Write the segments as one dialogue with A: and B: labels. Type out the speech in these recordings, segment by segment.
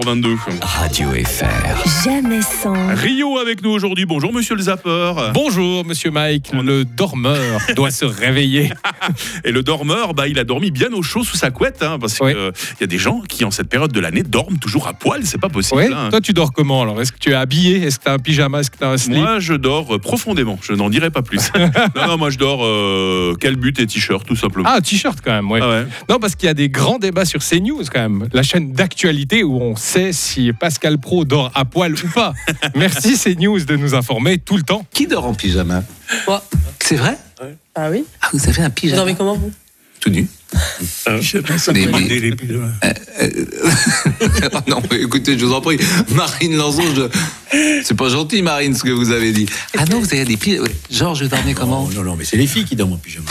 A: 22.
B: Radio FR.
C: Jamais sans.
A: Rio avec nous aujourd'hui. Bonjour Monsieur le Zapper.
D: Bonjour, monsieur Mike. Le dormeur doit se réveiller.
A: Et le dormeur, bah, il a dormi bien au chaud sous sa couette, hein, parce
D: Oui.
A: qu'il y a des gens qui en cette période de l'année dorment toujours à poil, c'est pas possible.
D: Ouais.
A: hein.
D: Toi, tu dors comment alors Est-ce que tu es habillé Est-ce que tu as un pyjama Est-ce que tu as un slip
A: Moi, je dors euh, profondément. Je n'en dirai pas plus. non, non, moi, je dors euh, calbut et t-shirt, tout simplement.
D: Ah, un t-shirt quand même, ouais.
A: Ah ouais.
D: Non, parce qu'il y a des grands débats sur CNews quand même, la chaîne d'actualité où on sait si Pascal Pro dort à poil ou pas. Merci CNews de nous informer tout le temps.
E: Qui dort en pyjama
F: Moi.
E: C'est vrai
F: Ah oui
E: Ah, vous avez un
F: Vous
E: pyjama
F: dormez comment Ah, vous
E: Tout nu.
A: Euh,
E: Mais- mais- Oh non, mais écoutez, je vous en prie. Marine Lançon, je- c'est pas gentil, Marine, ce que vous avez dit. Ah non, vous avez des pyjamas. Georges, vous dormez comment
G: Oh, Non, non, mais c'est les filles qui dorment en pyjama.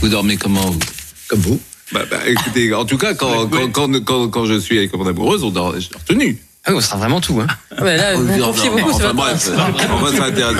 E: Vous dormez comment vous
G: Comme vous.
E: bah, bah, écoutez, en tout cas, quand, quand, quand, quand- quand je suis avec mon amoureuse, on dort, je dors tout nu.
B: on sera vraiment tout. Hein.
F: Ah, mais là,
E: On
F: Vous vous
E: dort-
F: confiez
E: enfin,
F: beaucoup ce matin.
E: bref, enfin, moi, ça intéresse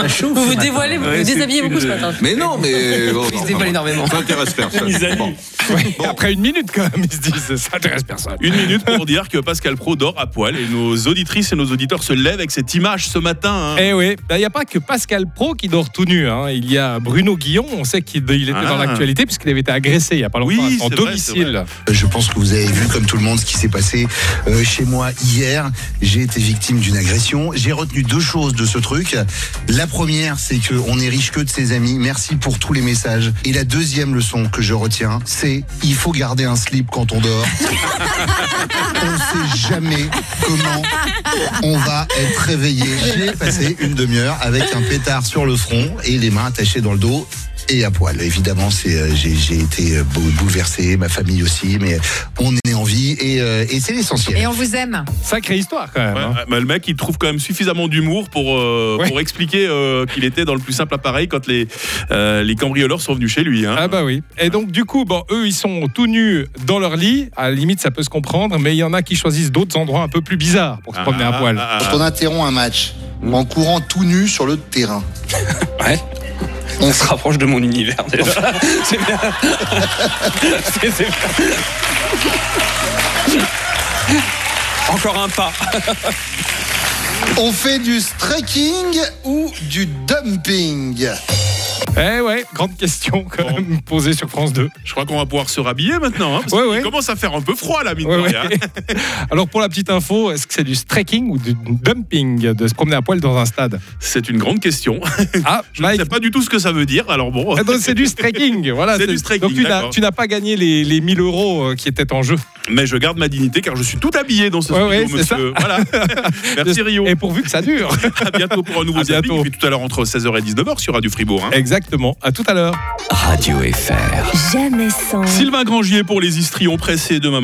E: personne.
F: Vous vous dévoilez, vous vous déshabillez beaucoup ce matin.
E: Mais non, mais. bon,
B: Il
E: enfin,
B: se dévoile
E: bref,
B: énormément.
E: Ça intéresse personne. Bon.
D: Ouais. Après une minute quand même, ils se disent ça intéresse personne.
A: Une minute pour dire que Pascal Pro dort à poil et nos auditrices et nos auditeurs se lèvent avec cette image ce matin. hein.
D: Eh oui, il n'y a pas que Pascal Pro qui dort tout nu. hein. Il y a Bruno Guillon, on sait qu'il il était dans
A: Ah.
D: l'actualité puisqu'il avait été agressé il n'y a pas longtemps
A: Oui,
D: en
A: c'est vrai, c'est
D: domicile.
H: Euh, Je pense que vous avez vu, comme tout le monde, ce qui s'est passé euh, chez moi hier. J'ai été victime d'une agression. J'ai retenu deux choses de ce truc. La première, c'est que on n'est riche que de ses amis. Merci pour tous les messages. Et la deuxième leçon que je retiens, c'est il faut garder un slip quand on dort. on sait jamais comment on va être réveillé. J'ai passé une demi-heure avec un pétard sur le front et les mains attachées dans le dos. Et à poil, évidemment, c'est euh, j'ai j'ai été euh, bou- bouleversé, ma famille aussi, mais euh, on est en vie et, euh, et c'est l'essentiel.
I: Et on vous aime.
D: Sacrée histoire quand même.
A: Ouais,
D: hein.
A: bah, le mec, il trouve quand même suffisamment d'humour pour, euh,
D: Ouais.
A: pour expliquer euh, qu'il était dans le plus simple appareil quand les, euh, les cambrioleurs sont venus chez lui. hein.
D: Ah bah oui. Et donc du coup, bon, eux, ils sont tout nus dans leur lit. À la limite, ça peut se comprendre, mais il y en a qui choisissent d'autres endroits un peu plus bizarres pour se promener à
A: Ah,
D: poil.
A: ah, ah,
H: Quand on interrompt un match en courant tout nu sur le terrain,
B: Ouais. On se rapproche de mon univers déjà. C'est bien. C'est- c'est bien. Encore un pas.
H: on fait du striking ou du dumping
D: Eh ouais, grande question quand
A: ah. Bon.
D: même posée sur France 2.
A: Je crois qu'on va pouvoir se rhabiller maintenant. Hein, parce
D: Ouais,
A: qu'il
D: ouais.
A: commence à faire un peu froid là, mine
D: Ouais,
A: de
D: ouais.
A: rien.
D: Alors pour la petite info, est-ce que c'est du trekking ou du dumping de se promener à poil dans un stade
A: C'est une grande question.
D: Ah,
A: Je
D: Mike.
A: sais pas du tout ce que ça veut dire. Alors bon.
D: Ah, donc c'est du trekking, voilà.
A: C'est du trekking,
D: Donc tu n'as,
A: d'accord.
D: tu n'as pas gagné les, les 1000 euros euh, qui étaient en jeu.
A: Mais je garde ma dignité car je suis tout habillé dans ce
D: Ouais, ouais,
A: studio,
D: c'est ça.
A: monsieur. Voilà. Merci Rio.
D: Et pourvu que ça dure.
A: À bientôt pour un nouveau
D: À
A: zapping.
D: bientôt.
A: Et puis tout à l'heure entre 16h et 19h sur Radio Fribourg. hein.
D: Exactement. À tout à l'heure.
B: Radio FR.
C: Jamais sans.
A: Sylvain Grangier pour les histrions pressés demain matin.